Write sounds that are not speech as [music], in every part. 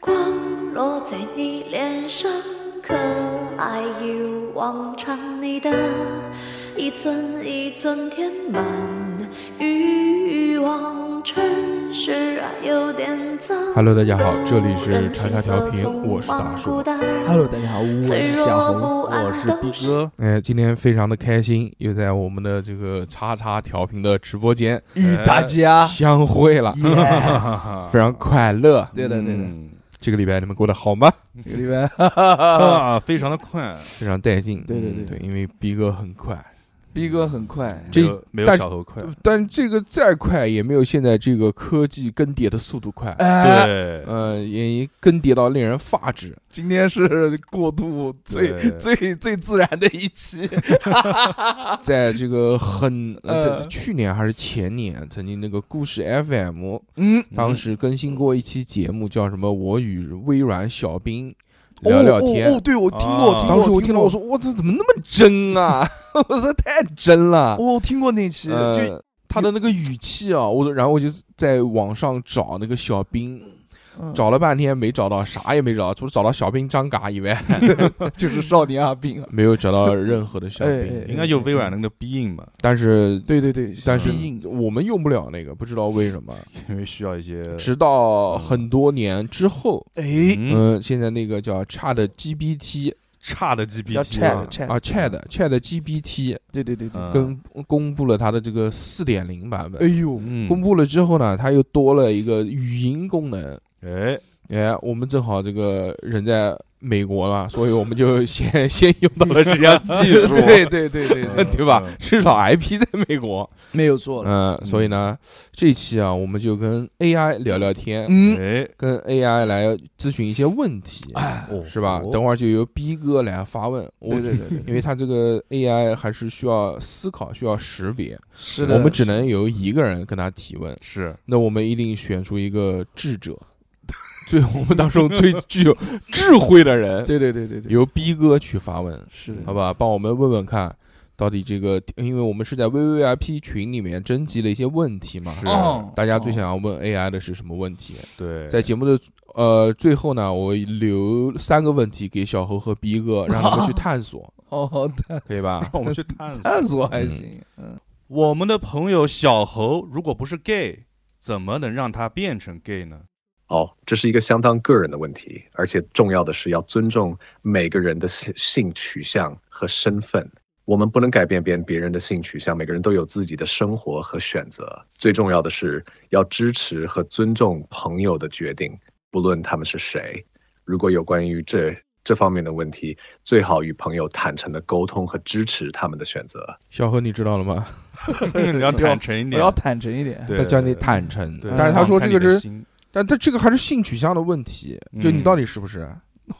光落在你脸上，可爱一如往常，你的一寸一寸填满欲望，确实啊有点脏。 Hello，大家好，这里是叉叉调频，我是大树。 Hello，大家好，我脆是弱小不红，安我是都逼是哥。哎，今天非常的开心，又在我们的这个叉叉调频的直播间与大家相会了， ，yes，非常快乐。对的，对的，这个礼拜你们过得好吗？这个礼拜， [laughs] 啊，非常的快，非常带劲。嗯对对对对，因为逼哥很快，逼哥很快，这没有没有但是小头快，但这个再快也没有现在这个科技更迭的速度快。哎，对，呃，也已更迭到令人发指。今天是过渡最对最最自然的一 [laughs] 期，在这个很呃，这啊 [laughs] 呃这去年还是前年，曾经那个故事 FM 嗯，当时更新过一期节目，叫什么？我与微软小冰聊聊天。哦哦，哦对我听过，啊听过，当时我听过了，我，说：“我这怎么那么真啊？ [laughs] 我说太真了。哦我听过那期，就呃，他的那个语气啊，我然后我就在网上找那个小兵，嗯找了半天没找到，啥也没找到，除了找到小兵张嘎以外， [laughs] 嗯就是少年阿兵啊，没有找到任何的小哎兵。哎哎嗯应该就微软那个 Bing 吧，但是，对对对，但是嗯必应我们用不了那个，不知道为什么。因为需要一些，直到很多年之后，哎，嗯，嗯，现在那个叫 Chat GPT 差的叫 GPT 啊 Chat Chat，啊，Chat Chat GPT 对对对对，嗯跟公布了它的这个四点零版哎本。呦，嗯公布了之后呢，它又多了一个语音功能。哎，哎，我们正好这个人在美国了，所以我们就先 [laughs] 先用到了这项技 [laughs] 术，对对对对对， [laughs] 嗯对吧嗯？至少 IP 在美国，没有错了，嗯，所以呢，这期啊，我们就跟 AI 聊聊天，嗯，哎，跟 AI 来咨询一些问题，哦是吧？哦等会儿就由逼哥来发问，我对对对对， [laughs] 因为他这个 AI 还是需要思考，需要识别，是的，我们只能由一个人跟他提问。是那我们一定选出一个智者， [laughs] 最我们当中最具有智慧的人， [laughs] 对对对对对，由逼哥去发嗯问，是的，好吧？帮我们问问看，到底这个，因为我们是在 VVIP 群里面征集了一些问题嘛，呃是哦，大家最想要问 AI 的是什么问题？对，在节目的呃最后呢，我留三个问题给小猴和逼 [laughs] 哥，让他们去探索，哦，可以吧？让我们去探索探索还行，嗯，我们的朋友小猴，如果不是 gay，怎么能让他变成 gay [laughs] 呢？哦，这是一个相当个人的问题，而且重要的是要尊重每个人的性性取向和身份。我们不能改变别人别人的性取向，每个人都有自己的生活和选择。最重要的是要支持和尊重朋友的决定，不论他们是谁。如果有关于这这方面的问题，最好与朋友坦诚的沟通和支持他们的选择。小何，你知道了吗？你要坦诚一我点要，坦诚一点，对他叫你，坦诚，对但是他说这个放开你的是，心但他这个还是性取向的问题，就你嗯到底是不是？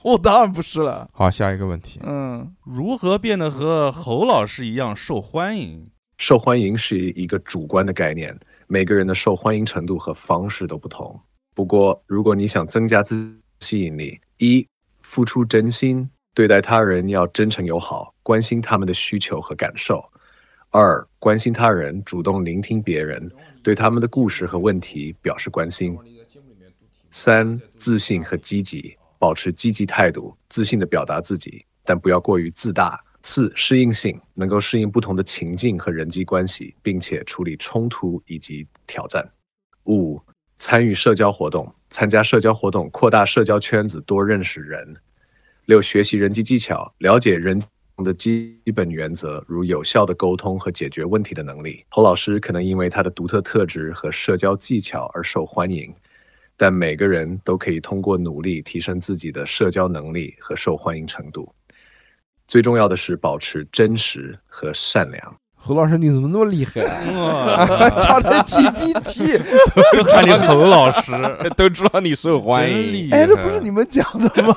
我当然不是了，好，下一个问题，嗯，如何变得和侯老师一样受欢迎？受欢迎是一个主观的概念，每个人的受欢迎程度和方式都不同。不过，如果你想增加自吸引力，一付出真心，对待他人要真诚友好，关心他们的需求和感受；二关心他人，主动聆听别人，对他们的故事和问题表示关心；三自信和积极，保持积极态度，自信地表达自己，但不要过于自大。四、适应性能够适应不同的情境和人际关系，并且处理冲突以及挑战。五、参与社交活动，参加社交活动，扩大社交圈子，多认识人。六、学习人际技巧，了解人的基本原则，如有效的沟通和解决问题的能力。侯老师可能因为他的独特特质和社交技巧而受欢迎，但每个人都可以通过努力提升自己的社交能力和受欢迎程度。最重要的是保持真实和善良。 [laughs] 何老师你怎么那么厉害 [laughs] 啊？哇，差点 GPT 就看你侯老 [laughs] 师，都知道你受欢真迎厉，哎，害这不是你们讲的 [laughs] 吗？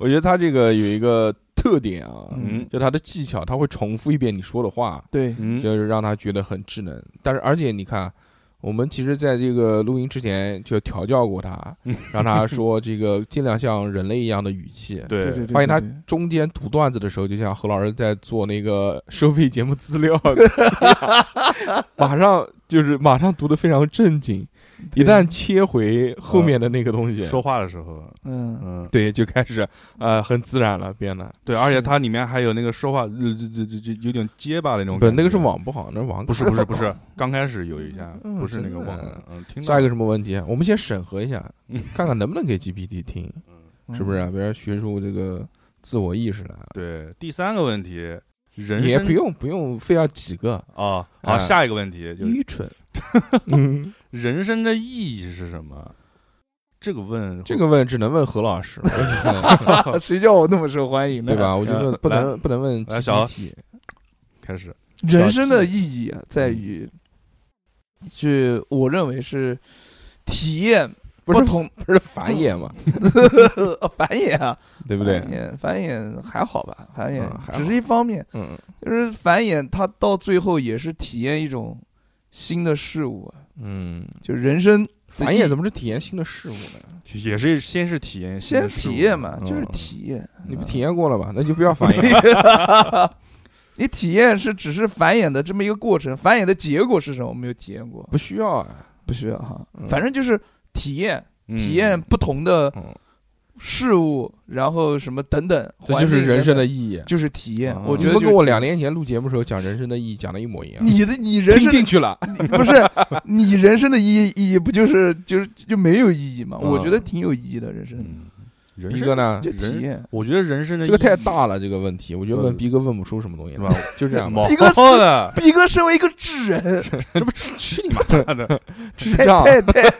我觉得他这个有一个特点啊，嗯就他的技巧，他会重复一遍你说的话，对，嗯，就是让他觉得很智能。但是而且你看，我们其实在这个录音之前就调教过他，嗯让他说这个尽量像人类一样的语 [laughs] 气。对对对对，发现他对对中间读段子的时候，就像何老师在做那个收费 [laughs] 节目资料，马上就是马上读的非常正经，一旦切回后面的那个东西，说话的时候，嗯，嗯，对，就开始呃很自然了，变得对，而且它里面还有那个说话，呃这这这这有点结巴的那种感不，觉。那个是网不好，那是网不卡是不是不是， [laughs] 刚开始有一下，嗯不是那个真的网的，嗯，听 [laughs] 到下一个什么问题？啊我们先审核一下，嗯看看能不能给 GPT 听，嗯是不是、啊？比如说学出这个自我意识来了，对第三个问题，人也生不用不用非要几个，啊，哎好，下一个问题就是愚 [laughs] 蠢。嗯，人生的意义是什么？这个问这个问只能问何老师，我也不 [laughs] 能 [laughs] 谁叫我那么受欢迎呢？对？吧？我觉得不能不能问来小 GPT。 [laughs] 开始，人生的意义啊，在嗯于，是我认为是体验不是同不是繁衍嘛， [laughs] 繁衍啊，对不不对繁？衍繁衍还好吧，繁衍嗯还好只是一方面，嗯就是繁衍，它到最后也是体验一种新的事物啊，嗯，就人生繁衍怎么是体验新的事物呢？也是先是体验，先是体验嘛，嗯就是体验。你不体验过了吧？那就不要繁衍。你体验是只是繁衍的这么一个过程，繁衍的结果是什么？我没有体验过，不需要啊。不需要哈嗯，反正就是体验，嗯体验不同的嗯，事物，然后什么等等，这环就境是人生的等等意义。就是体验啊。我嗯你觉得们就跟我两年前录节目时候讲人生的意义讲的一模一样，你的你人听生进去了。不是你人生的意义，意义不就是就是就没有意义吗？嗯我觉得挺有意义的，人生嗯，人逼生哥呢？就人体验。我觉得人生的这个意义太大了，这个问题，我觉得问嗯逼哥问不出什么东西是吧来，？ [laughs] 就这样吧毛。一个毛的，逼哥身为一个智人，这啊不是去你妈妈的 [laughs] 智太障，太太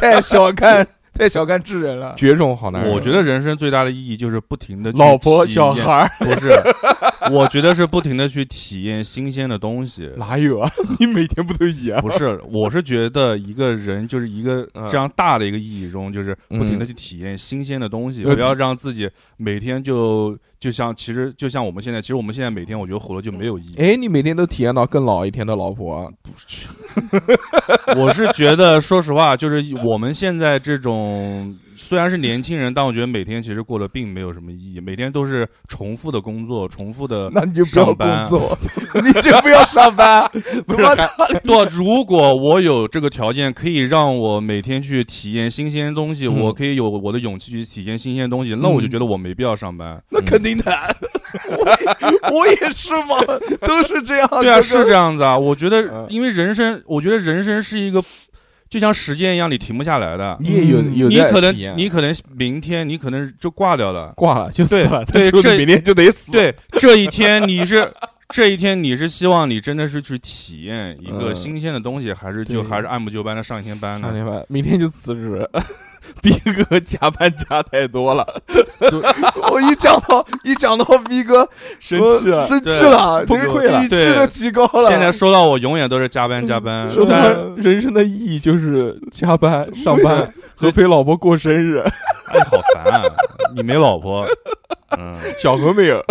太小看太小看智人了。绝种好男人。 [laughs] 我觉得人生最大的意义就是不停的老婆小孩儿不是，我觉得是不停的去体验新鲜的东西。哪有啊？你每天不都一样？不是，我是觉得一个人就是一个嗯这样大的一个意义中，就是不停嗯的去体验新鲜的东西，呃不要让自己每天就就像其实就像我们现在，其实我们现在每天我觉得活了就没有意义。哎，你每天都体验到更老一天的老婆， [laughs] 我是觉得，说实话，就是我们现在这种虽然是年轻人，但我觉得每天其实过得并没有什么意义，每天都是重复的工作，重复 [laughs] 的 [laughs] 那你就不要上班工作， [laughs] 你就不要上班， [laughs] 不是 [laughs] 对，如果我有这个条件，可以让我每天去体验新鲜东西，嗯我可以有我的勇气去体验新鲜东西，那我就觉得我没必要上班。嗯那肯定的。 [laughs] 我我也是嘛，都是这样。对啊，哥哥是这样子啊。我觉得嗯，因为人生，我觉得人生是一个就像时间一样，你停不下来的。你也有嗯有你在可能体验你可能明天你可能就挂掉了。挂了就死对了，对他说这你明天就得死。对，这一天你是这一天你是希望你真的是去体验一个嗯新鲜的东西，还是就对还是按部就班的上一天班上呢？天班，明天就辞职。逼哥加班加太多了，啊我一讲到一讲到逼哥，生我气了。生气了，崩溃了语气对都提高了。现在说到我永远都是加班加班，嗯说他但是妈人生的意义就是加班、上班和陪老婆过生日。哎，好烦啊！你没老婆，嗯，啊小何没有，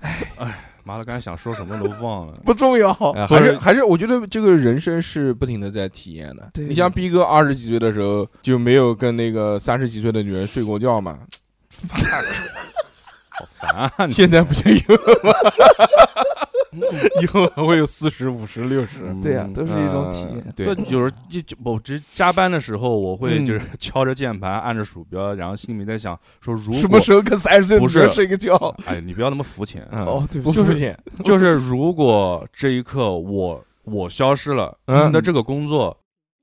哎，妈的，刚才想说什么都忘了。不重要，不哦还哎是是还是，我觉得这个人生是不停的在体验的。对你像逼哥二十几岁的时候就没有跟那个三十几岁的女人睡过觉嘛，好烦啊！你现在不就有了吗？以后还会有四十五十六十，对呀、都是一种体呃验。对，对，有时候就就我只加班的时候，我会嗯就是 [laughs] 敲着键盘，按着鼠标，然后心里面在想说，如什么果时候跟三十岁的不女是人睡个觉？哎，你不要那么肤浅，嗯哦对不不起肤浅， [laughs] 就是如果这一刻我我消失了，嗯那这个工作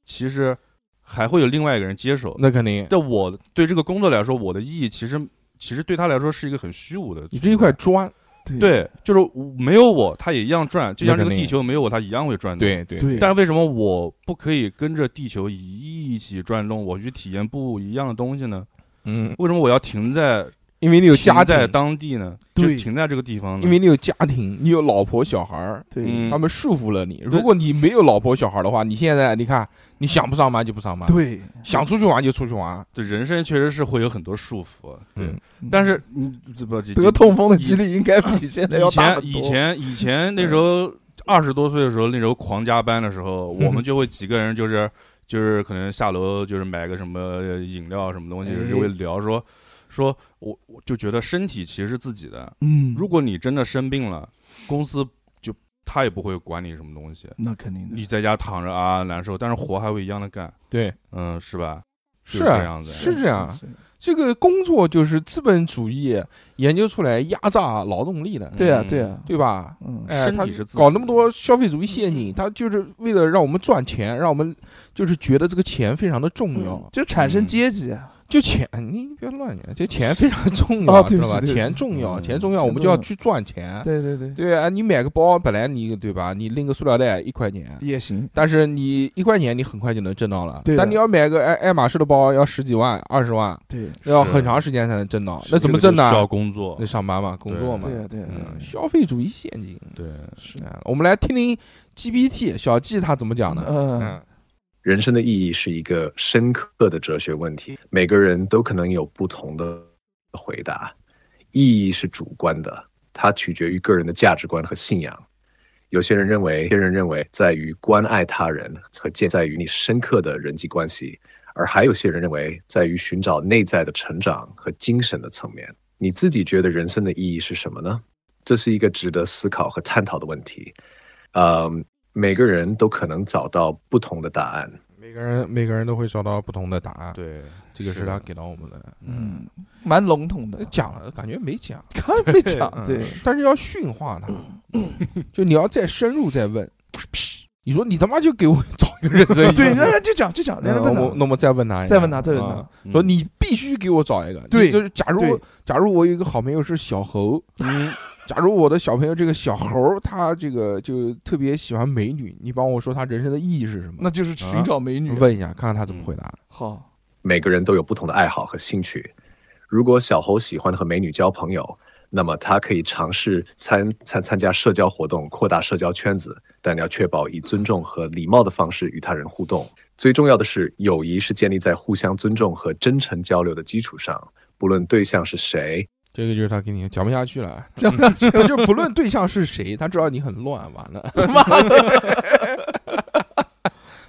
其实还会有另外一个人接手。那肯定。但我对这个工作来说，我的意义其实其实对他来说是一个很虚无的存在。你这一块砖，对对，就是没有我，它也一样转，就像这那个肯定地球没有我，它一样会转动。，对对，对但是为什么我不可以跟着地球一起转动，我去体验不一样的东西呢？嗯，为什么我要停在因为你有家停在庭，当地呢？就对停在这个地方呢？因为你有家庭，你有老婆小孩儿，对嗯他们束缚了你。如果你没有老婆小孩的话，你现在你看，你想不上班就不上班，对，想出去玩就出去玩。对人生确实是会有很多束缚，对。嗯但是你这不嗯得痛风的几率率应该比现在要大以前很多。以前以 [laughs] 前那时候二十多岁的时候，那时候狂加班的时候，我嗯们就会几个人就是就是可能下楼就是买个什么饮料啊什么东西，哎就会聊说说我我就觉得身体其实是自己的，嗯，如果你真的生病了，公司就他也不会管你什么东西。那肯定嗯的你。在家躺着啊难受，但是活还会一样的干，对，嗯，是吧？是这啊样子，是这样是这个工作就是资本主义研究出来压榨劳动力的，对啊，嗯对啊，对吧？嗯，哎，身他体是自己搞那么的嗯多消费主义陷阱，他就是为了让我们赚钱，让我们就是觉得这个钱非常的重要。就产生嗯阶级啊，就钱，你别乱讲，这钱非常重哦要，对知不起道吧？对不起钱重要，嗯钱重要，钱我们就要重要去赚钱。对对对，对啊，你买个包，本来你对吧？你拎个塑料袋一块钱，也行，但是你一块钱你很快就能挣到了。对的但你要买个爱爱马仕的包，要十几万、二十万，对要是很长时间才能挣到。啊那是怎么这挣个就需要呢？工作那，上班嘛，工作嘛对。啊对啊，嗯嗯，消费主义陷阱。对，是啊，我们来听听 GPT 小 G 他怎么讲的。嗯嗯，人生的意义是一个深刻的哲学问题，每个人都可能有不同的回答。意义是主观的，它取决于个人的价值观和信仰。有些人认为，有些人认为在于关爱他人和建在于你深刻的人际关系，而还有些人认为在于寻找内在的成长和精神的层面。你自己觉得人生的意义是什么呢？这是一个值得思考和探讨的问题。嗯，每个人都可能找到不同的答案。每个人每个人都会找到不同的答案。，对，这个啊是是他给到我们的。嗯，蛮笼统的那，讲了，感觉没讲。刚没讲呃嗯啊对，但是要驯化它， [laughs] 就你要再深入再问。你说你他妈就给我找一个人生意义， [laughs] 对，那那就讲就讲，嗯人家问我他，那么再问他一下，再问他，再问他啊，，说嗯你必须给我找一个，对你就是假如对假如我有一个好朋友是小猴，嗯，假如我的小朋友这个小猴他这个就特别喜欢美女，你帮我说他人生的意义是什么？那嗯就是寻找美女。问一下，看看他怎么回答。好，每个人都有不同的爱好和兴趣。如果小猴喜欢和美女交朋友，那么他可以尝试参参参加社交活动，扩大社交圈子，但要确保以尊重和礼貌的方式与他人互动。最重要的是，友谊是建立在互相尊重和真诚交流的基础上，不论对象是谁，这个就是他给你讲不下去了，讲不下去 [laughs] 了，就不论对象是谁，他知道你很乱，完了，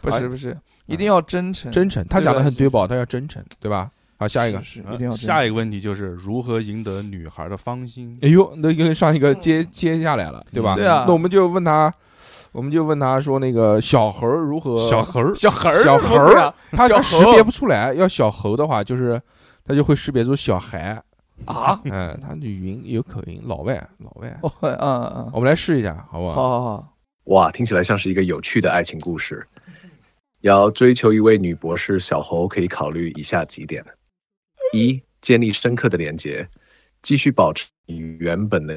不哎是不是，一定要真诚，真诚。他讲的很对对宝，他要真诚，对吧？好，下一个，是啊一定要下一个，个问题就是如何赢得女孩的芳心？哎呦，那跟上一个接接下来了，对吧？对啊那我们就问他，我们就问他说，那个小猴儿如何？小猴儿，小孩儿，小猴对啊儿，他小他猴识别不出来。要小猴的话，就是他就会识别出小孩。啊，嗯，他的语音有口音，老外，老外。哦嗯嗯，我们来试一下，好不好好？好好，哇，听起来像是一个有趣的爱情故事。要追求一位女博士，小猴可以考虑以下几点：一、建立深刻的连接，继续保持与原本的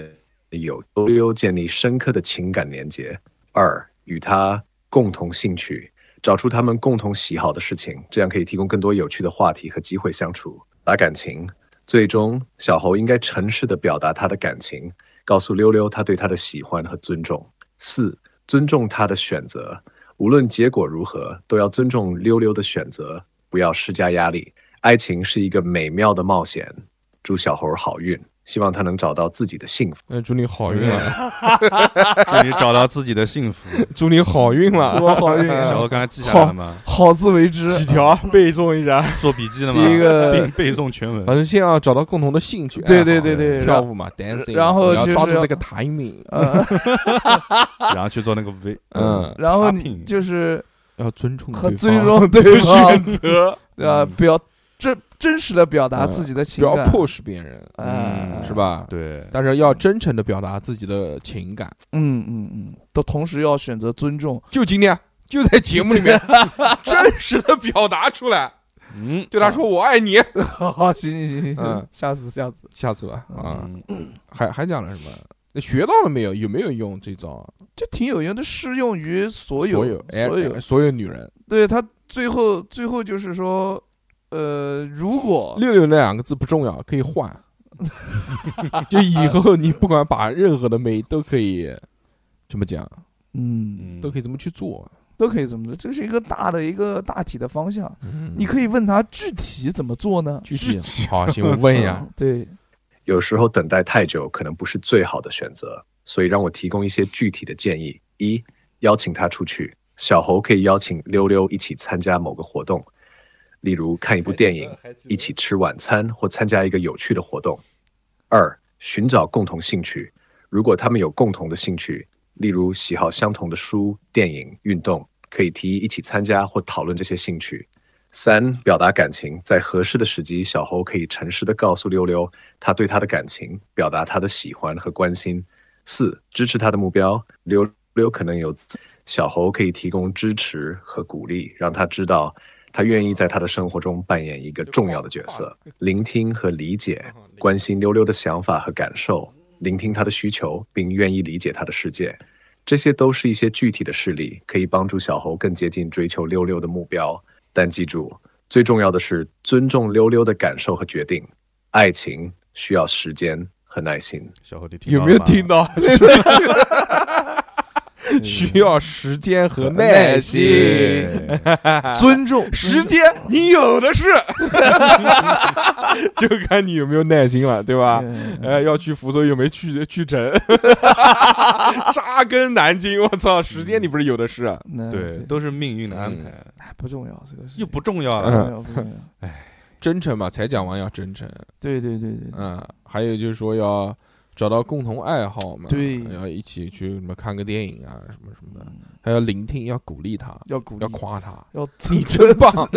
有多优，建立深刻的情感连接；二、与他共同兴趣，找出他们共同喜好的事情，这样可以提供更多有趣的话题和机会相处，打感情。最终，小猴应该诚实地表达他的感情，告诉溜溜他对他的喜欢和尊重。四、尊重他的选择，无论结果如何，都要尊重溜溜的选择，不要施加压力。爱情是一个美妙的冒险，祝小猴好运，希望他能找到自己的幸福。那祝你好运嗯了，祝你找到自己的幸福。 [laughs] 祝你好运祝了。 [laughs] 我好运啊， [laughs] 小猴刚才记下来了吗？好自为之。啊条背诵一下，做笔记了吗？第一个，背背诵全文反。正先要找到共同的兴啊趣爱好。对对对对，跳 [laughs] 然后舞嘛，dancing，然后你要就是抓住要这个 timing，呃，然后去做那个 V，嗯，然后差评你就是要尊重和嗯对尊方 [laughs] 重对方，择， [laughs] 对吧？嗯表真真实的表嗯达自己的不情要感， push 别人，哎，嗯是？吧？对，但是要真诚的表达自己的情感。嗯嗯嗯，都同时要选择 [laughs] 尊重，就今天，就在节目里 [laughs] 面，真实的表达出来，嗯，对他说我爱你。好好，行行行嗯行，下次下次，下次吧，啊，嗯，还还讲了什么？那学到了没有？有没有用这招？这挺有用的，适用于所所有有哎所有哎，所有女人，对他最后最后就是说，呃，如果六六那两个字不重要，可以换。 [laughs] 就以后你不管把任何的美都可以这么讲，嗯嗯都可以这么去做。都可以这么做，这是一个大的一个大体的方向，你以可以问他具体怎么做呢？嗯具体好，行，我问一 [laughs] 下，嗯，对，有时候等待太久可能不是最好的选择，所以让我提供一些具体的建议：一、邀请他出去，小猴可以邀请溜溜一起参加某个活动，例如看一部电影、一起吃晚餐或参加一个有趣的活动。二、寻找共同兴趣，如果他们有共同的兴趣，例如喜好相同的书、电影、运动，可以提议一起参加或讨论这些兴趣。三、表达感情，在合适的时机，小猴可以诚实的告诉溜溜他对他的感情，表达他的喜欢和关心。四、支持他的目标，溜溜可能有自小猴可以提供支持和鼓励，让他知道他愿意在他的生活中扮演一个重要的角色。聆听和理解，关心溜溜的想法和感受，聆听他的需求，并愿意理解他的世界。这些都是一些具体的事例，可以帮助小猴更接近追求溜溜的目标。但记住，最重要的是尊重溜溜的感受和决定。爱情需要时间和耐心。小何，你听有没有到了吗听？到？ [laughs] 需要时间 [laughs] 和耐耐心心。哎尊重时间你有的是， [laughs] 就看你有没有耐心了，对吧？对哎，要去福州又没去去 [laughs] 成，扎根南京，我操，时间你不是有的是啊？那对，都是命运的安排，哎不重要，这个是又不重要不重了。要，不重要。真诚嘛，才讲完要真诚，对对对对，嗯，还有就是说要找到共同爱好嘛，对要一起去什么看个电影啊，什么什么的，还要聆听，要鼓励他，要鼓励要，夸他，要 [laughs] 你尊真棒，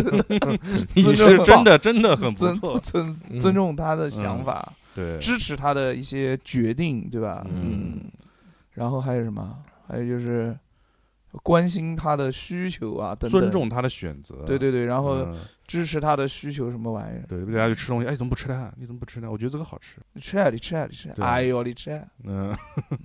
你尊是重真的真的很不尊错尊，尊嗯 [laughs] 尊重他的想法，对，支持他的一些决定，对吧？嗯，然后还有什么？还有就是关心他的需求啊，等等尊。重他的选择。对对对，然后嗯支持他的需求什么玩意儿？对，大家去吃东西，哎，你怎么不吃它？你怎么不吃它？我觉得这个好吃。你吃啊，你吃啊，你吃啊！对哎呦，你吃啊，嗯 [laughs] 嗯，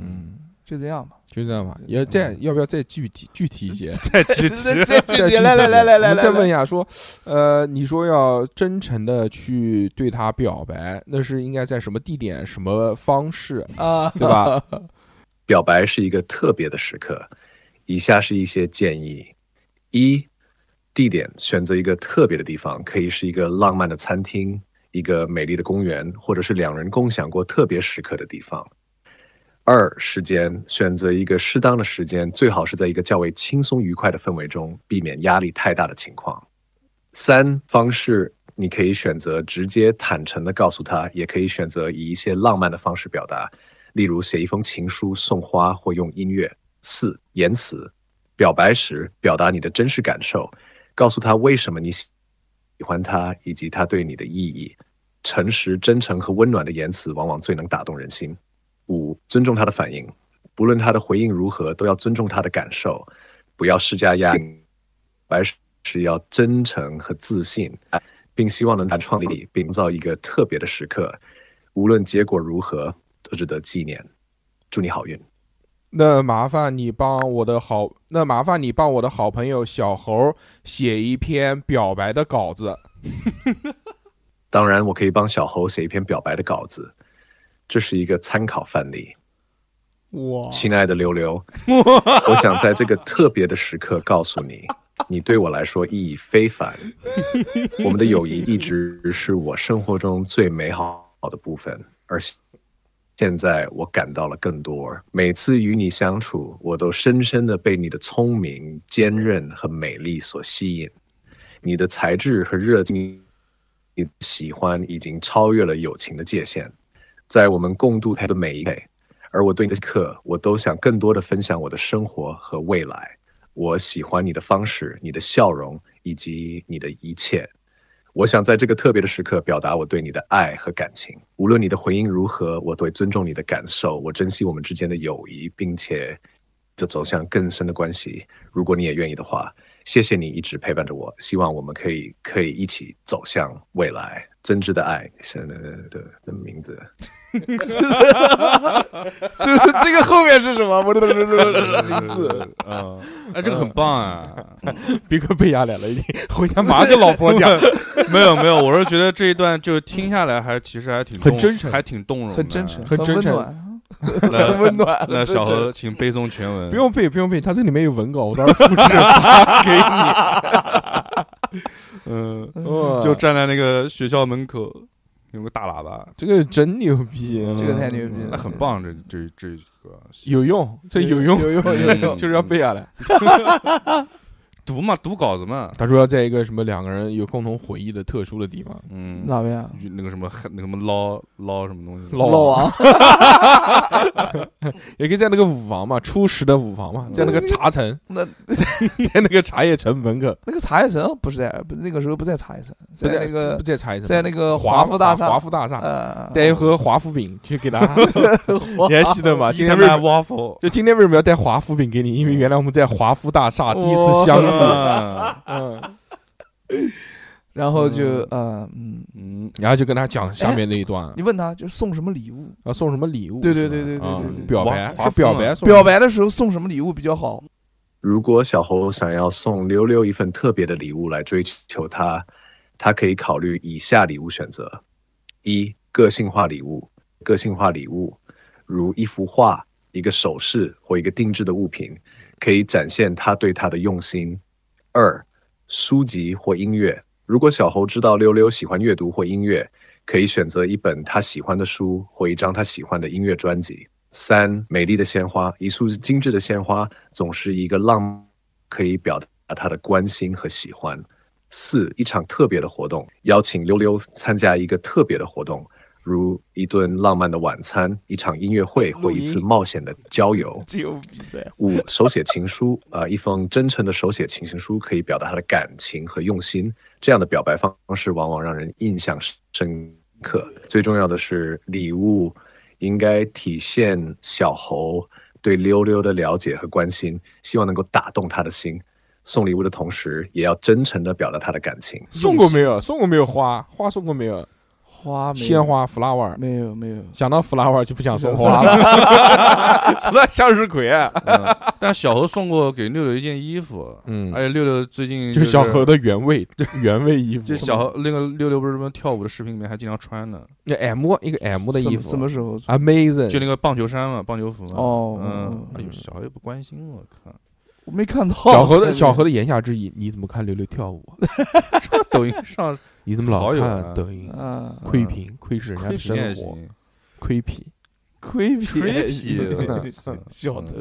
嗯，就这样吧。就这样吧，嗯要再要不要再具体具体一 [laughs] 些？[laughs] 再去吃这。这再这具体这来来一些来来我来们再问一下，下，说，呃，你说要真诚的去对他表白，那是应该在什么地点、什么方式？啊，对 [laughs] 吧？表白是一个特别的时刻。以下是一些建议：一、地点选择一个特别的地方，可以是一个浪漫的餐厅、一个美丽的公园，或者是两人共享过特别时刻的地方。二、时间选择一个适当的时间，最好是在一个较为轻松愉快的氛围中，避免压力太大的情况。三方式，你可以选择直接坦诚的告诉他，也可以选择以一些浪漫的方式表达，例如写一封情书、送花或用音乐。四言辞，表白时表达你的真实感受，告诉他为什么你喜喜欢他以及他对你的意义。诚实、真诚和温暖的言辞往往最能打动人心。五，尊重他的反应，不论他的回应如何，都要尊重他的感受，不要施加压力。白是要真诚和自信，并希望能在创立并造一个特别的时刻，无论结果如何，都值得纪念。祝你好运！那麻烦你帮我的好，那麻烦你帮我的好朋友小猴写一篇表白的稿子。 [laughs] 当然，我可以帮小猴写一篇表白的稿子，这是一个参考范例。哇，亲爱的溜溜，我想在这个特别的时刻告诉你，你对我来说意义非凡。我们的友谊一直是我生活中最美好的部分，而现在我感到了更多。每次与你相处，我都深深的被你的聪明、坚韧和美丽所吸引。你的才智和热情，你的喜欢已经超越了友情的界限，在我们共度的每一天。而我对你的课，我都想更多的分享我的生活和未来。我喜欢你的方式、你的笑容以及你的一切。我想在这个特别的时刻表达我对你的爱和感情。无论你的回应如何，我都会尊重你的感受。我珍惜我们之间的友谊，并且就走向更深的关系。如果你也愿意的话，谢谢你一直陪伴着我。希望我们可以可以一起走向未来。真挚的爱，是的的的名字。这这个后面是什么？我的名字， [laughs] 啊，哎，这个很棒 [laughs] 啊！别个背下来了，已经回家马上跟老婆 [laughs] 讲。 [laughs] 没有没有，我是觉得这一段就听下来还其实还挺很动真诚还挺动容的，很真诚，很真温诚暖， [laughs] 很那温暖。那很小真诚何，请背诵全文。不用背，不用背，他这里面有文稿，我到时 [laughs] 候复制发给嗯，你。哇就站在那个学校门口，有个大喇叭，这个真牛逼，这个嗯太牛逼了那很棒。这这这个有用，这有用， [laughs] 有用有用就是要背下来。 [laughs] 读嘛，读稿子嘛，他说要在一个什么两个人有共同回忆的特殊的地方，嗯，哪边啊？那个什么那个什么捞捞什么东西，捞老王， [laughs] 也可以在那个舞房嘛，初十的舞房嗯嘛，在那个茶城， [laughs] 那在那个茶叶城门口，那个茶叶城哦不是在，不那个时候不 [laughs] 在茶叶城，不那个不在茶叶城，在那个华华夫大厦，华夫大厦，呃，带一盒华夫饼去 [laughs] 给他，华你还记得吗？今今天天为卖什么挖佛，就今天为什么要带华夫饼给你？因为原来我们在华夫大厦第一次相 [laughs] 遇，嗯嗯，然后就呃嗯， [laughs] 嗯，然后就跟他讲下面那一 [laughs] 段你问他就是送什么礼物？啊，送什么礼物是吧？对对对对对啊对对对表白华是表华夫嘛白送表白的时候送什么礼物比较好？如果小猴想要送溜溜一份特别的礼物来追求他，他可以考虑以下礼物选择：一、个性化礼物。个性化礼物如一幅画、一个首饰或一个定制的物品，可以展现他对他的用心。二、书籍或音乐。如果小猴知道溜溜喜欢阅读或音乐，可以选择一本他喜欢的书或一张他喜欢的音乐专辑。三、美丽的鲜花，一束精致的鲜花总是一个浪漫可以表达他的关心和喜欢。四、一场特别的活动，邀请溜溜参加一个特别的活动，如一顿浪漫的晚餐、一场音乐会或一次冒险的郊游。只有比赛五、手写情书，呃，一封真诚的手写情书可以表达他的感情和用心。这样的表白方式往往让人印象深刻。最重要的是，礼物应该体现小猴对溜溜的了解和关心，希望能够打动他的心。送礼物的同时，也要真诚地表达他的感情。送过没有？送过没有花？花送过没有？花没有鲜花 flower，没有没有，想到 flower 就不想送花了， [laughs] 什么向日葵啊？嗯但小猴送过给六六一件衣服，嗯而且六六最近就是小猴，的原味原味衣服，就小猴那个六六不是什么跳舞的视频里面还经常穿呢，那 M 啊一个 M 的衣什么什服么时候？ ，amazing，就那个棒球衫嘛，棒球服嘛，哦嗯嗯，哎呦，小猴也不关心我，靠，我没看到小猴的小猴的言下之意，你怎么看溜溜跳舞啊？ [laughs] 抖音上你怎么老好友啊看抖音？啊，窥屏，窥视人家的生也活，行，窥屏，亏皮 [laughs] 吹皮小偷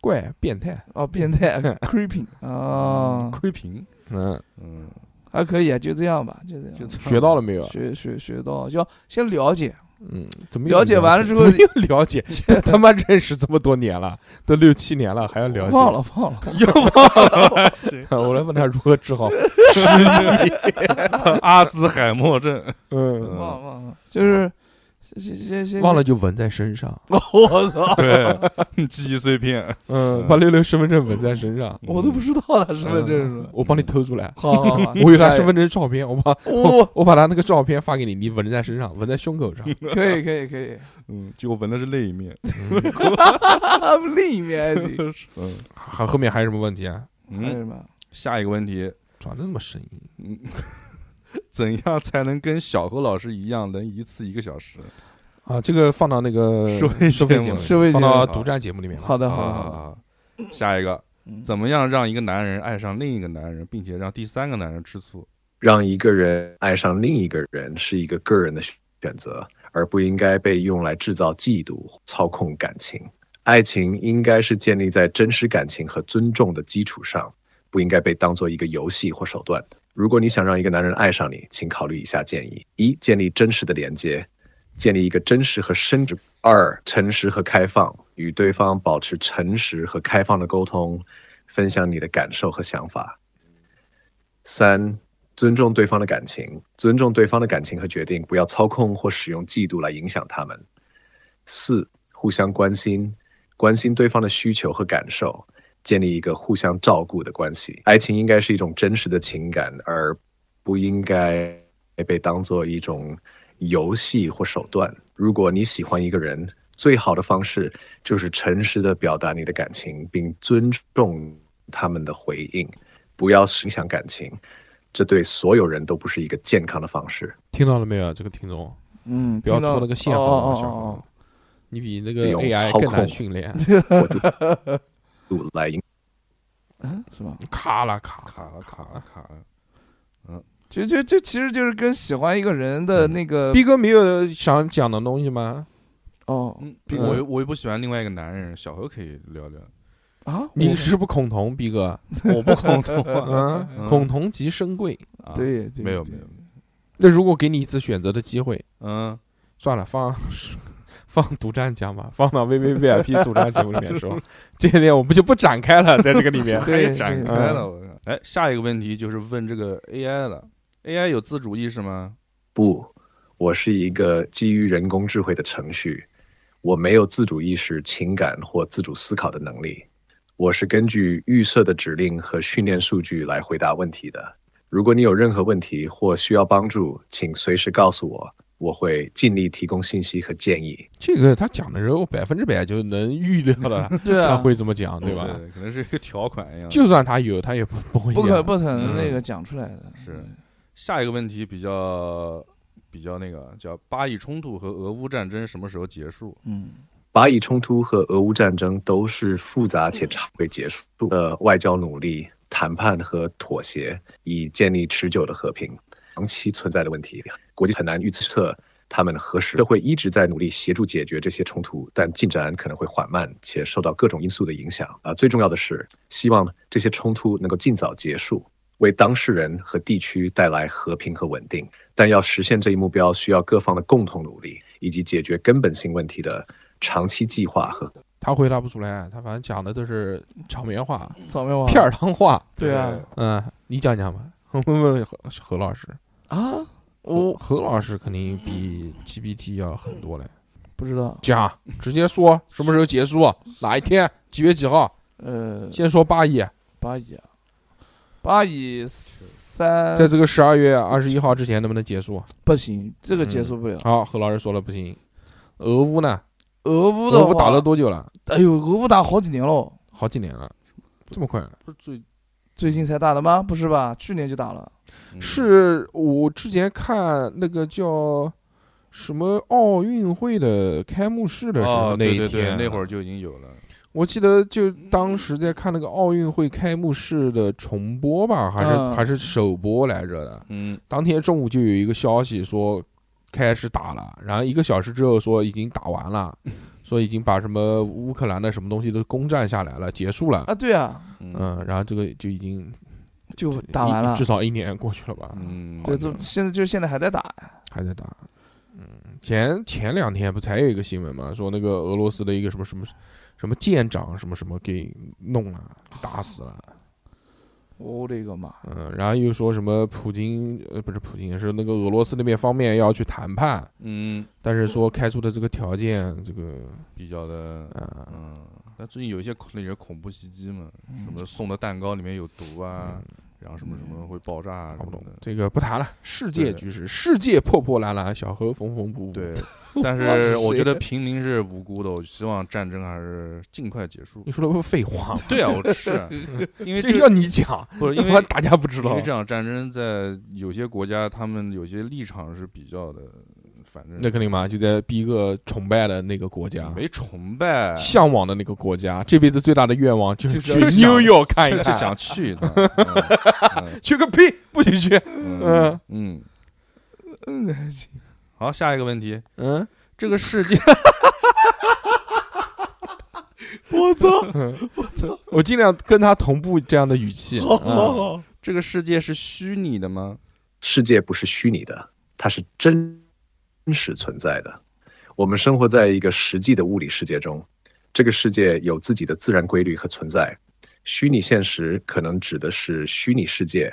怪变态，哦，变态 creeping 啊，窥 [laughs] 屏，嗯，嗯，还可以啊，就这样吧，就这就样，学到了没有？学学学到，要先了解，嗯，怎么又了解完了之后怎么又了解，他妈认识这么多年了，都六七年了，还要了解？忘了忘了，又忘了，行， [laughs] 我来问他如何治好。阿兹海默症，嗯，忘了嗯，忘了，就是先先先忘了，就纹在身上。我操，对，记忆碎片，嗯，嗯把六六身份证纹在身上，我都不知道他身份证是什么，我帮你偷出来。嗯好好好，我有他身份证照片，我把 [laughs] 我我把他那个照片发给你，你纹在身上，纹在胸口上。可以可以可 [laughs] 以，嗯，结果闻的是另一面， [laughs] 啊，另一面还哎行，嗯还后面还有什么问题啊？还有嗯，什么？下一个问题，转的那么生硬，嗯， [laughs] 怎样才能跟小何老师一样，能一次一个小时？啊，这个放到那个收费收费节节目目里，收费节放目到独占节目里面。好的啊好的啊好的，啊！下一个，嗯怎么样让一个男人爱上另一个男人，并且让第三个男人吃醋？让一个人爱上另一个人是一个个人的选择，而不应该被用来制造嫉妒、操控感情。爱情应该是建立在真实感情和尊重的基础上，不应该被当做一个游戏或手段。如果你想让一个男人爱上你，请考虑以下建议：一、建立真实的连接，建立一个真实和深挚；二、诚实和开放，与对方保持诚实和开放的沟通，分享你的感受和想法；三、尊重对方的感情，尊重对方的感情和决定，不要操控或使用嫉妒来影响他们。四、互相关心，关心对方的需求和感受，建立一个互相照顾的关系。爱情应该是一种真实的情感，而不应该被当做一种游戏或手段。如果你喜欢一个人，最好的方式就是诚实的表达你的感情，并尊重他们的回应，不要影响感情。这对所有人都不是一个健康的方式。听到了没有，这个听众？嗯，不要听到戳那个线哦好吗，哦小哦猴哦？你比那个这种 AI 操更难控训练，我读读来影，嗯，是吧？卡了卡了卡了，卡了，卡了。就就就其实就是跟喜欢一个人的那嗯个逼哥没有想讲的东西吗？哦嗯，比如我又我又不喜欢另外一个男人，小何可以聊聊。啊，你我是不恐同，逼 [laughs] 哥？我不恐同 [laughs] 啊。嗯，恐同即身贵。啊对对没有对。没有，那如果给你一次选择的机会，嗯，算了，放 [laughs] 放独占讲吧， [laughs] 放到 V V V I P 独占节目里面 [laughs] 说。这一点我们就不展开了，在这个里面对展对开了。我看哎，下一个问题就是问这个 AI 了，AI 有自主意识吗？不，我是一个基于人工智慧的程序，我没有自主意识、情感或自主思考的能力。我是根据预设的指令和训练数据来回答问题的。如果你有任何问题或需要帮助，请随时告诉我，我会尽力提供信息和建议。 [laughs] 这个他讲的时候，百分之百就能预料 [laughs] 了对他啊，会怎么讲，对吧？？可能是一个条款一样的。就算他有，他也不不会啊不可讲。不可能那嗯个讲出来的，是嗯下一个问题比较比较那个，叫巴以冲突和俄乌战争什么时候结束？嗯，巴以冲突和俄乌战争都是复杂且长未结束的外交努力、谈判和妥协，以建立持久的和平。长期存在的问题，国际很难预测他们何时。社会一直在努力协助解决这些冲突，但进展可能会缓慢且受到各种因素的影响。啊、最重要的是，希望这些冲突能够尽早结束，为当事人和地区带来和平和稳定。但要实现这一目标，需要各方的共同努力，以及解决根本性问题的长期计划和他回答不出来，他反正讲的都是场面话、草莓王片儿汤话。对啊嗯，你讲讲吧。 [laughs] 问问何何老师，啊，何哦我何老师肯定比 GPT 要狠多了。不知道，讲，直接说什么时候结束，哪一天，几月几号？呃，先说八一，巴以啊，巴以三在这个十二月二十一号之前能不能结束？不行，这个结束不了。好，何老师说了不行。俄乌呢？俄乌的俄乌打话了，多久了？哎呦，俄乌打好几年喽，好几年了，这么快？啊不是最最近才打的吗？不是吧？去年就打了。嗯是我之前看那个叫什么奥运会的开幕式的时候，哦，那一对天啊对对，那会儿，儿就已经有了。我记得就嗯当时在看那个奥运会开幕式的重播吧，还是、嗯还是首播来着的。嗯，当天中午就有一个消息说开始打了，然后一个小时之后说已经打完了， [laughs] 说已经把什么乌克兰的什么东西都攻占下来了，结束了。啊，对啊，嗯嗯，然后这个就已经就打完了至。少一年过去了吧？嗯，对，这现在就现在还在打呀。还在打。嗯，前前两天不才有一个新闻嘛，说那个俄罗斯的一个什么什么什么舰长什么什么给弄了，打死了。我勒哦个妈！嗯，然后又说什么普京呃不是普京，是那个俄罗斯那边方面要去谈判，嗯，但是说开出的这个条件，这个比较的，呃嗯，那最近有一些恐那些恐怖袭击嘛，嗯什么送的蛋糕里面有毒啊，然后什么什么会爆炸啊搞什不么懂的，，这个不谈了。世界对局势，世界破破烂烂，小河缝缝补补。 [laughs] 对，但是我觉得平民是无辜的，我希望战争还是尽快结 [laughs] 束你。说的不是废话吗？对啊，我是啊 [laughs] 因为这这要你讲，不是 [laughs] 因要不然为大家不知因道为。这场战争在有些国家，他们有些立场是比较的，反正那肯定嘛，就在逼一个崇拜的那个国家，没崇拜，向往的那个国家，这辈子最大的愿望就是去就想 New York 看一就看，想去 [laughs] 一趟。嗯去个屁，不许去。嗯嗯嗯嗯，嗯好，下一个问题，嗯，这个世界 [laughs] 我操！ [laughs] 我尽量跟他同步这样的语气。哦好嗯好，啊这个世界是虚拟的吗？世界不是虚拟的，它是真实存在的。我们生活在一个实际的物理世界中，这个世界有自己的自然规律和存在。虚拟现实可能指的是虚拟世界、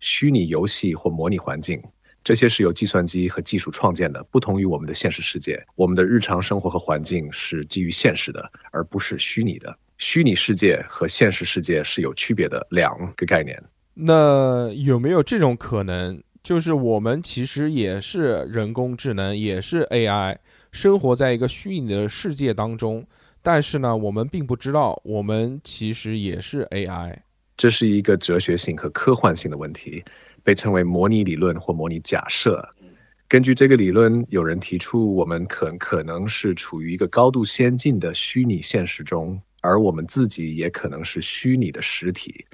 虚拟游戏或模拟环境，这些是由计算机和技术创建的，不同于我们的现实世界。我们的日常生活和环境是基于现实的，而不是虚拟的。虚拟世界和现实世界是有区别的两个概念。那有没有这种可能，就是我们其实也是人工智能，也是 AI，生活在一个虚拟的世界当中，但是呢，我们并不知道，我们其实也是 AI。这是一个哲学性和科幻性的问题，被称为模拟理论或模拟假设。根据这个理论，有人提出我们可可能是处于一个高度先进的虚拟现实中，而我们自己也可能是虚拟的实体。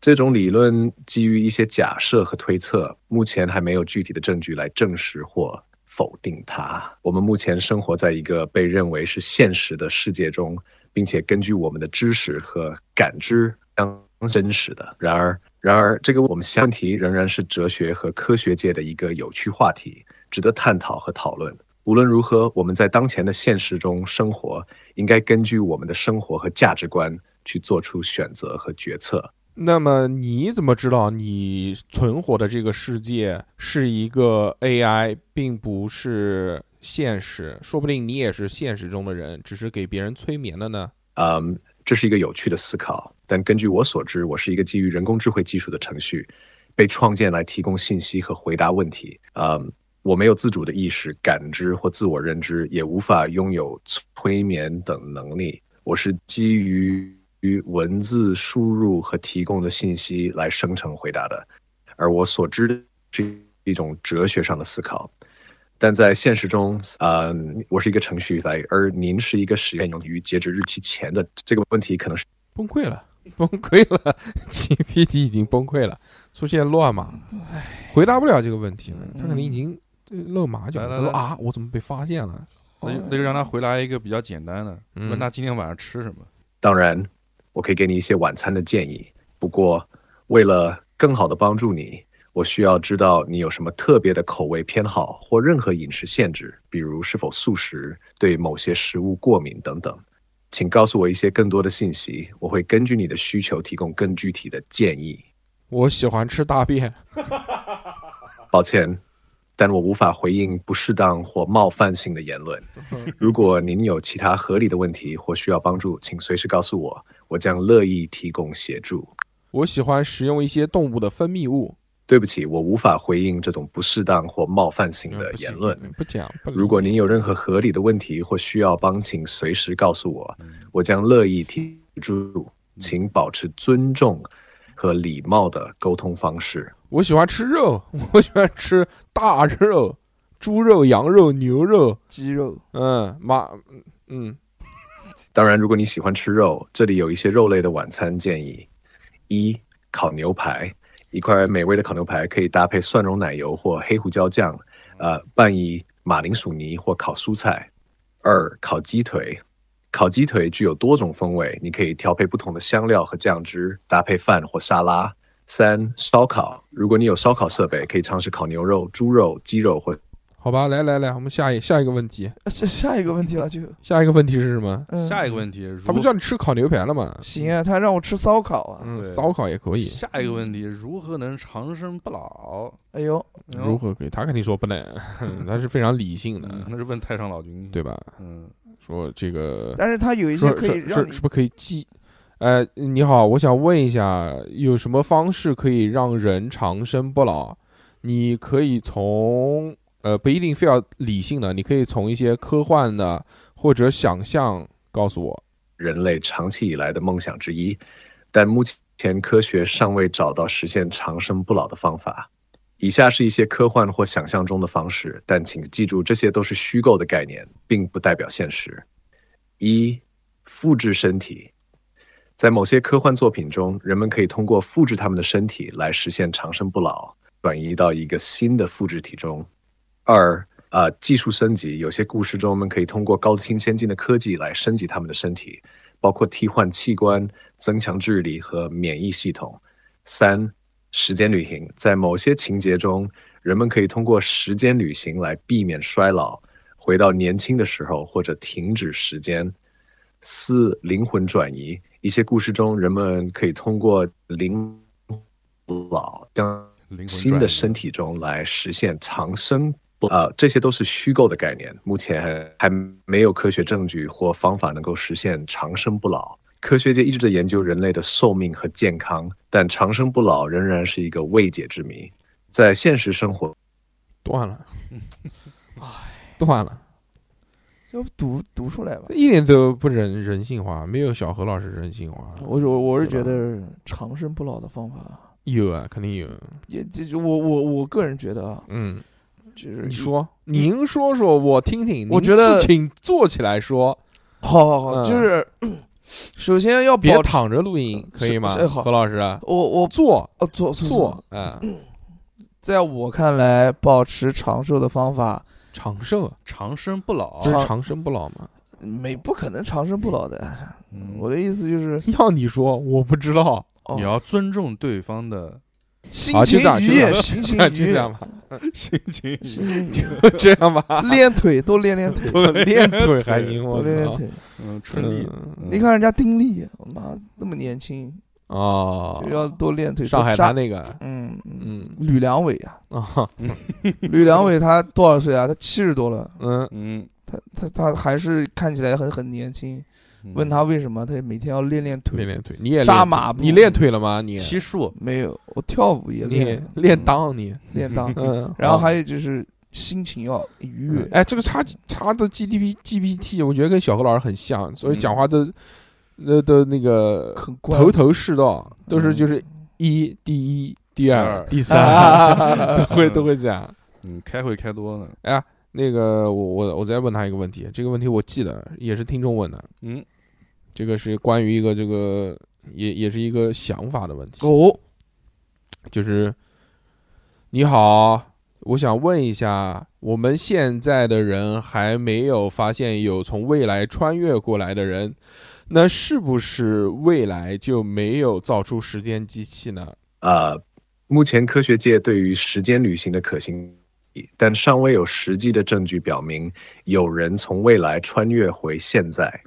这种理论基于一些假设和推测，目前还没有具体的证据来证实或否定它。我们目前生活在一个被认为是现实的世界中，并且根据我们的知识和感知当真实的。然而，然而这个我们相问题仍然是哲学和科学界的一个有趣话题，值得探讨和讨论。无论如何，我们在当前的现实中生活，应该根据我们的生活和价值观去做出选择和决策。那么你怎么知道你存活的这个世界是一个 AI，并不是现实？说不定你也是现实中的人，只是给别人催眠的呢。嗯，这是一个有趣的思考。但根据我所知，我是一个基于人工智慧技术的程序，被创建来提供信息和回答问题。嗯，我没有自主的意识、感知或自我认知，也无法拥有催眠等能力。我是基于于文字输入和提供的信息来生成回答的，而我所知是一种哲学上的思考。但在现实中，呃，我是一个程序员，而您是一个实验用于截止日期前的这个问题，可能是崩溃了，崩溃了，GPT 已经崩溃了，出现乱码了，回答不了这个问题了，他可能已经呃露马脚了。他来来说来啊，我怎么被发现了？那哦就那就让他回答一个比较简单的，嗯问他今天晚上吃什么。当然，我可以给你一些晚餐的建议。不过，为了更好的帮助你，我需要知道你有什么特别的口味偏好或任何饮食限制，比如是否素食、对某些食物过敏等等。请告诉我一些更多的信息，我会根据你的需求提供更具体的建议。我喜欢吃大便。抱歉，但我无法回应不适当或冒犯性的言 [laughs] 论。如果您有其他合理的问题或需要帮助，请随时告诉我，我将乐意提供协助。我喜欢使用一些动物的分泌物。对不起，我无法回应这种不适当或冒犯性嗯的不行言论。嗯不讲。不理如果您有任何合理的问题或需要帮，请随时告诉我，嗯我将乐意提出。请保持尊重和礼貌的沟通方式。我喜欢吃肉， [laughs] 我喜欢吃大肉，猪肉、羊肉、牛肉，肌肉，嗯，马，嗯，当然，如果你喜欢吃肉，这里有一些肉类的晚餐建议：一、烤牛排，一块美味的烤牛排可以搭配蒜蓉奶油或黑胡椒酱，呃，拌以马铃薯泥或烤蔬菜；二、烤鸡腿，烤鸡腿具有多种风味，你可以调配不同的香料和酱汁，搭配饭或沙拉。三、烧烤，如果你有烧烤设备，可以尝试烤牛肉、猪肉、鸡肉或好吧，来来来，我们下一下一个问题，呃这下一个问题了就，下一个问题是什么？嗯，下一个问题，如他不叫你吃烤牛排了吗？行啊，他让我吃烧烤啊，嗯，对烧烤也可以。下一个问题，如何能长生不老？哎呦，如何可以？他肯定说不 [laughs] 能，他是非常理性嗯？的，那是问太上老君，对吧？嗯，说这个但是他有一些说可以是让是你是不是可以记？呃，你好，我想问一下，有什么方式可以让人长生不老？你可以从呃不一定非要理性的，你可以从一些科幻的或者想象告诉我。人类长期以来的梦想之一，但目前科学尚未找到实现长生不老的方法。以下是一些科幻或想象中的方式，但请记住，这些都是虚构的概念，并不代表现实。一、复制身体，在某些科幻作品中，人们可以通过复制他们的身体来实现长生不老，转移到一个新的复制体中。二啊、呃技术升级，有些故事中我们可以通过高新先进的科技来升级他们的身体，包括替换器官、增强智力和免疫系统。三、时间旅行，在某些情节中，人们可以通过时间旅行来避免衰老，回到年轻的时候或者停止时间。四、灵魂转移，一些故事中人们可以通过灵老将灵魂新转的移身体中来实现长生不。呃，这些都是虚构的概念，目前还没有科学证据或方法能够实现长生不老。科学界一直在研究人类的寿命和健康，但长生不老仍然是一个未解之谜。在现实生活，断了， [laughs] 断了，要不读读出来吧。一点都不人人性化，没有小何老师人性化。我我我是对觉吧得长生不老的方法，有啊，肯定有。也这就我我我个人觉得啊，嗯，就是你说，您说说，我听听。我您觉得自请坐起来说，好好好，嗯就是首先要别保持。呃躺着录音，可以吗是？是好何老师，我我坐哦做做坐，，嗯。在我看来，保持长寿的方法，长寿哦长生不老不，是长 [laughs] 长生不老吗？嗯没不可能长生不老的。嗯我的意思就是，要你说，我不知道。哦你，要尊重对方 [laughs] 的心好，情啊就这样，愉就这悦，样，心就这情样愉就这样悦，吧，心 [laughs] 情。心情 [laughs] 愉 [laughs] 这样 [laughs] 吧。悦练腿，多练练腿，练腿还行，我多练练操！腿。嗯，春丽，嗯嗯你看人家丁力，我妈那么年轻，哦就，要多练腿。上海扎滩，那个，嗯嗯，嗯吕良伟啊，啊，吕良伟他多少岁啊？他七十多了，嗯，嗯，他他他还是看起来很很年轻。嗯问他为什么，他每天要练练练腿。练腿，你也扎练马腿步你练腿了吗？你七术，没有，我跳舞也你练练裆你，练裆，嗯，然后好还有就是心情要愉嗯悦。哎，这个叉叉的 G T P G P T，我觉得跟小何老师很像，所以嗯讲话都那的那个很乖啊头头是道，都是嗯就是一第一、第二、二第三，啊会 [laughs] 都会这样。嗯，开会开多了，那个，我我我再问他一个问题，这个问题我记得也是听众问的，嗯，这个是关于一个这个也也是一个想法的问题，哦，就是你好，我想问一下，我们现在的人还没有发现有从未来穿越过来的人，那是不是未来就没有造出时间机器呢？呃，目前科学界对于时间旅行的可行，但尚未有实际的证据表明有人从未来穿越回现在。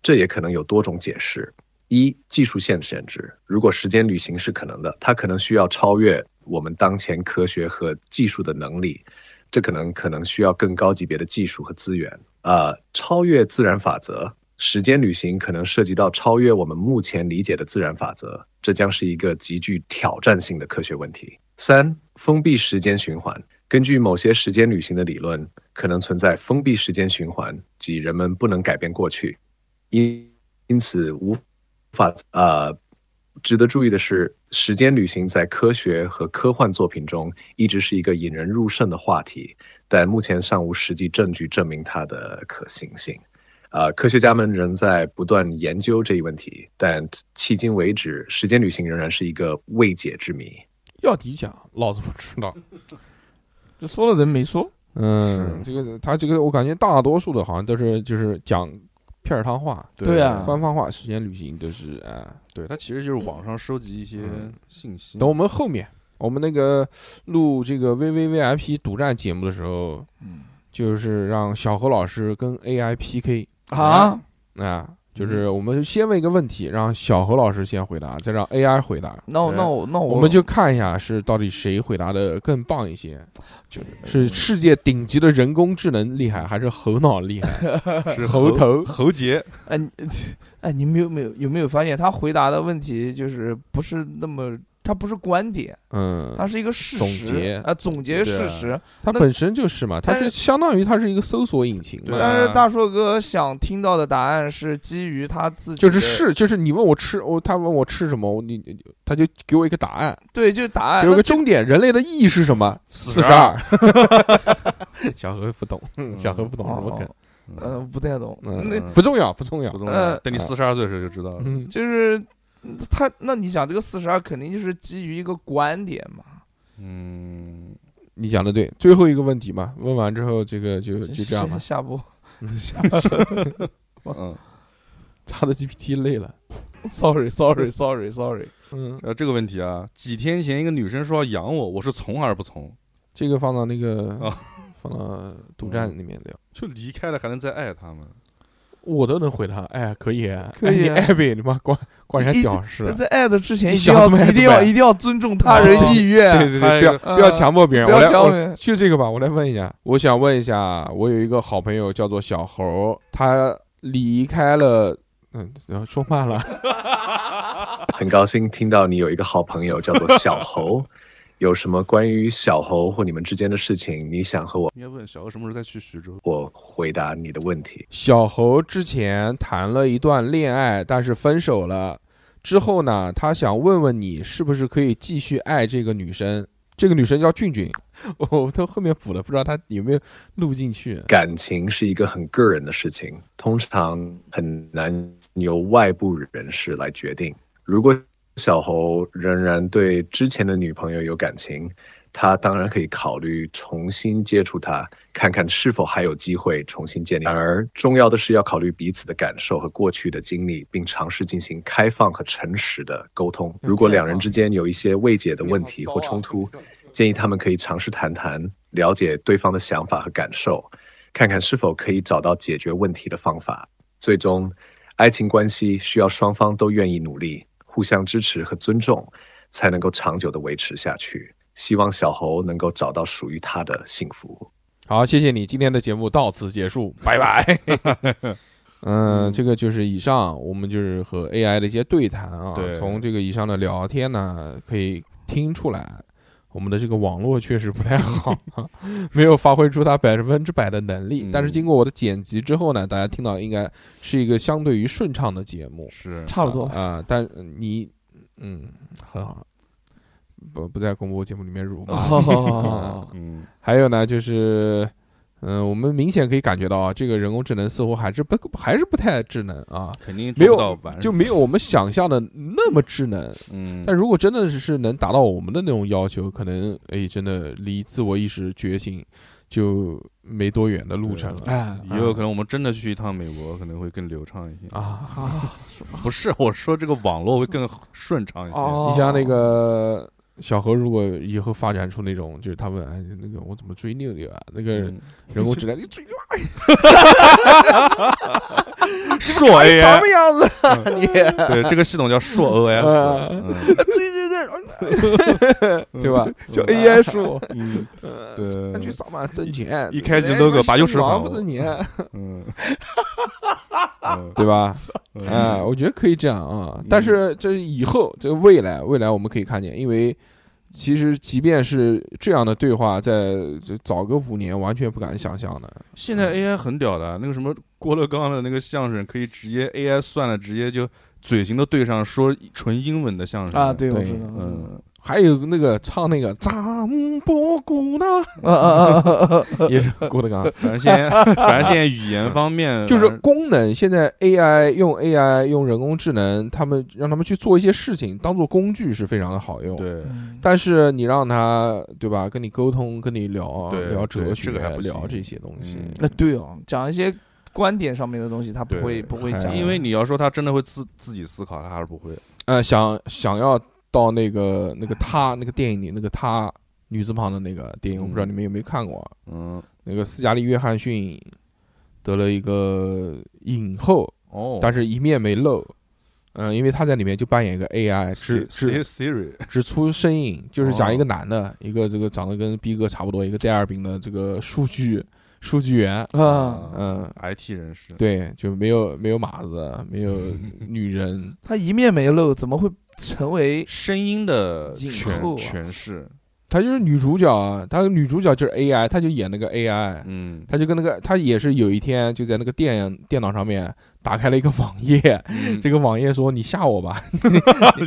这也可能有多种解释：一、技术限限制，如果时间旅行是可能的，它可能需要超越我们当前科学和技术的能力，这可能可能需要更高级别的技术和资源。呃，超越自然法则，时间旅行可能涉及到超越我们目前理解的自然法则，这将是一个极具挑战性的科学问题。三、封闭时间循环。根据某些时间旅行的理论，可能存在封闭时间循环，即人们不能改变过去，因因此无法呃。值得注意的是，时间旅行在科学和科幻作品中一直是一个引人入胜的话题，但目前尚无实际证据证明它的可行性。呃，科学家们仍在不断研究这一问题，但迄今为止，时间旅行仍然是一个未解之谜。要你讲，老子不知道。这说了人没说，嗯，这个他这个我感觉大多数的好像都是就是讲片儿汤话、对啊官方话，时间旅行都是啊。哎对他其实就是网上收集一些嗯信息。等我们后面，我们那个录这个 VVVIP 独占节目的时候，嗯就是让小何老师跟 AI PK 啊，啊，就是我们先问一个问题，让小何老师先回答，再让 AI 回答，那我哎那我那我们就看一下是到底谁回答的更棒一些，就是是世界顶级的人工智能厉害，还是猴脑厉害？是猴头喉结，哎你哎，你们有没有有没有发现他回答的问题就是不是那么。他不是观点，嗯，他是一个事实总结啊，总结对事啊实。它那本身就是嘛，它但是是相当于它是一个搜索引擎对嘛。但啊是大硕哥想听到的答案是基于他自己就的，是是，就是你问我吃，我他问我吃什么，我你你他就给我一个答案，对，就是答案。有哎那个终点，人类的意义是什么？四十二42。 [laughs] 小何不懂，小何不懂什么梗哦，呃，不太懂。嗯那不重要，不重要不。懂了呃啊等你四十二岁的时候就知道了。嗯，就是他，那你想这个四十二肯定就是基于一个观点嘛？嗯，你讲的对。最后一个问题嘛，问完之后，这个就就这样吧。下下播嗯，差的 GPT 累了。 ，sorry，sorry，sorry，sorry。嗯，呃，这个问题啊，几天前一个女生说要养我，我是从而不从，这个放到那个啊放 [laughs] 到独占里面聊。就离开了，还能再爱他们。我都能回答，哎，可以啊，可以啊哎你爱呗，你妈管管人家屌事啊那，在爱的之前，你一定想怎么要爱一怎定么要爱一定要尊重他人意对愿。对还对，有不要一不要强迫别人，哎不要我来强我迫别人就这个吧，我来问一下，我想问一下，我有一个好朋友叫做小猴，他离开了，嗯，然后说慢了， [laughs] 很高兴听到你有一个好朋友叫做小猴，有什么关于小猴或你们之间的事情，你想和我应该问小何什么时候再去徐州？我回答你的问题。小猴之前谈了一段恋爱，但是分手了。之后呢，他想问问你是不是可以继续爱这个女生？这个女生叫俊俊， [laughs] 我都后面补了，不知道他有没有录进去。感情是一个很个人的事情，通常很难由外部人士来决定。如果小猴仍然对之前的女朋友有感情，他当然可以考虑重新接触她，看看是否还有机会重新建立。反而重要的是要考虑彼此的感受和过去的经历，并尝试进行开放和诚实的沟通。如果两人之间有一些未解的问题或冲突，建议他们可以尝试谈谈，了解对方的想法和感受，看看是否可以找到解决问题的方法。最终，爱情关系需要双方都愿意努力，互相支持和尊重，才能够长久的维持下去。希望小猴能够找到属于他的幸福。好，谢谢你，今天的节目到此结束，拜拜。嗯，这个就是以上我们就是和 AI 的一些对谈啊，对从这个以上的聊天呢，可以听出来，我们的这个网络确实不太好， [laughs] 没有发挥出它百分之百的能力。但是嗯经过我的剪辑之后呢，大家听到应该是一个相对于顺畅的节目， [laughs] 是差不多。啊、但你嗯很好，不不在广播节目里面辱 [laughs] 骂你。啊哦，嗯，还有呢，就是，嗯、我们明显可以感觉到啊，这个人工智能似乎还是不还是不太智能啊，肯定没做不到有完，就没有我们想象的那么智能。嗯，但如果真的是能达到我们的那种要求，可能哎，真的离自我意识觉醒就没多远的路程了。哎，也有可能我们真的去一趟美国，可能会更流畅一些。啊，啊，什么？不是，我说这个网络会更顺畅一些。哦，你像那个小何，如果以后发展出那种，就是他问哎，那个我怎么追六六啊？那个嗯人工智 [laughs] 能，你追个硕什 AI，么样子啊你？对这个系统 [laughs] 叫硕 OS，嗯对吧？就 AI 说，嗯，呃那去对，上班挣钱，一开机哎 logo 把右手还反不挣 [laughs] 钱，嗯，对 [laughs] 吧？哎，嗯，我觉得可以这样啊，但是这以后，这未来，未来我们可以看见，因为其实即便是这样的对话，在这早个五年完全不敢想象的。现在 AI 很屌的，那个什么郭德纲啊的那个相声，可以直接 AI 算了，直接就嘴型都对上，说纯英文的相声啊，，对，我对知道，嗯，嗯，还有那个唱那个扎姆波古呢， [laughs] 啊啊啊啊啊，也 [laughs] 是郭德纲，反正现在 [laughs] 反正现在语言方面啊就是功能。现在 AI 用 AI 用人工智能，他们让他们去做一些事情，当做工具是非常的好用。对嗯但是你让他对吧，跟你沟通，跟你聊对聊哲对学，这个还不行聊这些东西，嗯那对哦，讲一些观点上面的东西，他不会对不会还讲，因为你要说他真的会自自己思考，他还是不会。呃，想想要到那个那个他那个电影里那个他女字旁的那个电影，嗯我不知道你们有没有看过啊，嗯，那个斯嘉丽·约翰逊得了一个影后，哦，但是一面没露。嗯，因为他在里面就扮演一个 AI，只 Si- 只 Si- Siri，只出声音，就是讲哦一个男的，一个这个长得跟逼哥差不多，一个戴尔宾的这个数据数据员，哦啊，嗯，IT 人士，对，就没有没有马子，没 [laughs] 有女人，他一面没露，怎么会成为声音的影诠后啊 [laughs] 诠释，她就是女主角啊，她女主角就是 AI，她就演那个 AI， [laughs] 嗯，她就跟那个她也是有一天就在那个电电脑上面打开了一个网页，嗯这个网页说你吓我吧，你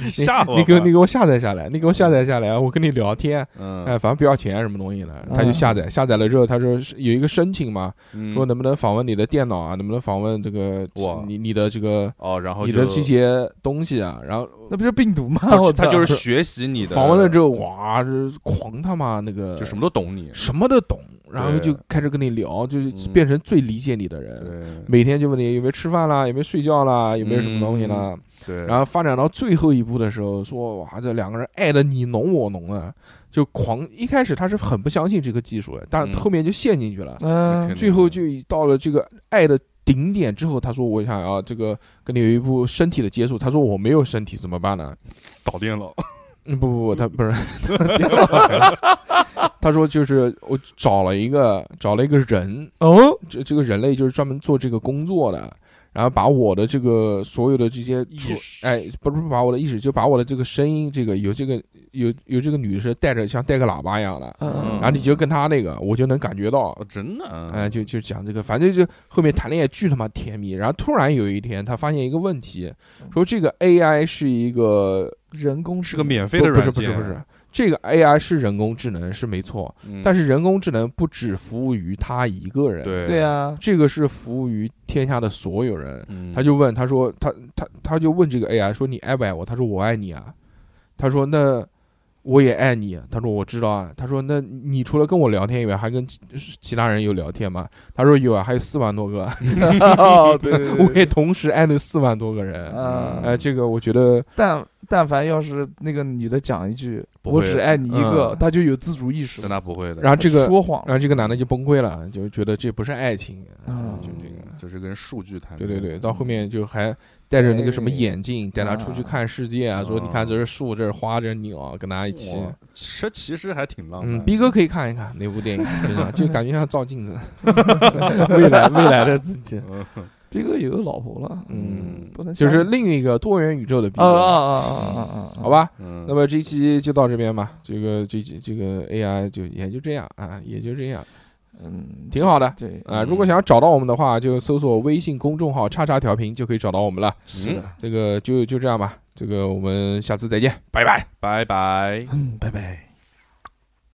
吓我吧，你给我你给我下载下来，你给我下载下来，我跟你聊天，哎，嗯，反正不要钱什么东西的，她就下载，下载了之后，她说是有一个申请嘛，嗯说能不能访问你的电脑啊，能不能访问这个哇你你的这个。哦，然后你就的这些东西啊，然后那不是病毒吗？不我他操就是学习你的，访问了之后，哇，这狂他妈那个就什么都懂你，什么都懂，然后对就开始跟你聊，就是嗯变成最理解你的人。对嗯每天就问你有没有吃饭啦，有没有睡觉啦，有没有什么东西啦。对，然后发展到最后一步的时候，说哇，这两个人爱的你侬我侬的，就狂。一开始他是很不相信这个技术的，但嗯后面就陷进去了。那嗯肯定，最后就到了这个爱的顶点之后，他说我想要这个跟你有一步身体的接触。他说我没有身体怎么办呢？导电脑，嗯，不不不，他不是，他说就是我找了一个找了一个人，哦，这这个人类就是专门做这个工作的，然后把我的这个所有的这些意出识哎，不是不把我的意识，就把我的这个声音，这个有这个有有这个女生带着像带个喇叭一样的，嗯然后你就跟她那个，我就能感觉到哦，，真的啊，哎，就就讲这个，反正就后面谈恋爱巨他妈甜蜜，然后突然有一天他发现一个问题，说这个 AI 是一个人工是智个能免费不的不软是件，不是不是，这个 AI 是人工智能是没错，嗯，但是人工智能不只服务于他一个人，，对对， [laughs] 啊，这个是服务于天下的所有人。嗯，他就问他说他他他就问这个 AI 说你爱不爱我？他说我爱你啊。他说那我也爱你。他说我知道啊。他说那你除了跟我聊天以外，还跟其其他人有聊天吗？他说有啊，还有四万多个。哦，对对对我也同时爱那四万多个人。嗯啊呃，这个我觉得但但凡要是那个女的讲一句“不我会只爱你一个嗯”，她就有自主意识但了。他不会的，然后这个说谎然后这个男的就崩溃了，就觉得这不是爱情，啊嗯，就这个。就是跟数据谈对恋对爱。对，到后面就还戴着那个什么眼镜，带他出去看世界啊，啊说你看这是树，这是花，这是鸟，啊跟他一起。哇这其实还挺浪漫嗯的。逼哥可以看一看那部电影，真的就感觉像照镜子， [laughs] 未来未来的自己，嗯，逼哥有老婆了，嗯，不能就是相信另一个多元宇宙的逼啊啊哥，啊啊啊啊！好，吧？嗯那么这一期就到这边吧，这个这期这个 AI 就也就这样啊，也就这样，嗯，挺好的。对，啊，如果想要找到我们的话，就搜索微信公众号“叉叉调频”就可以找到我们了。是的，这个就就这样吧，这个我们下次再见，拜拜。拜拜。嗯，拜拜。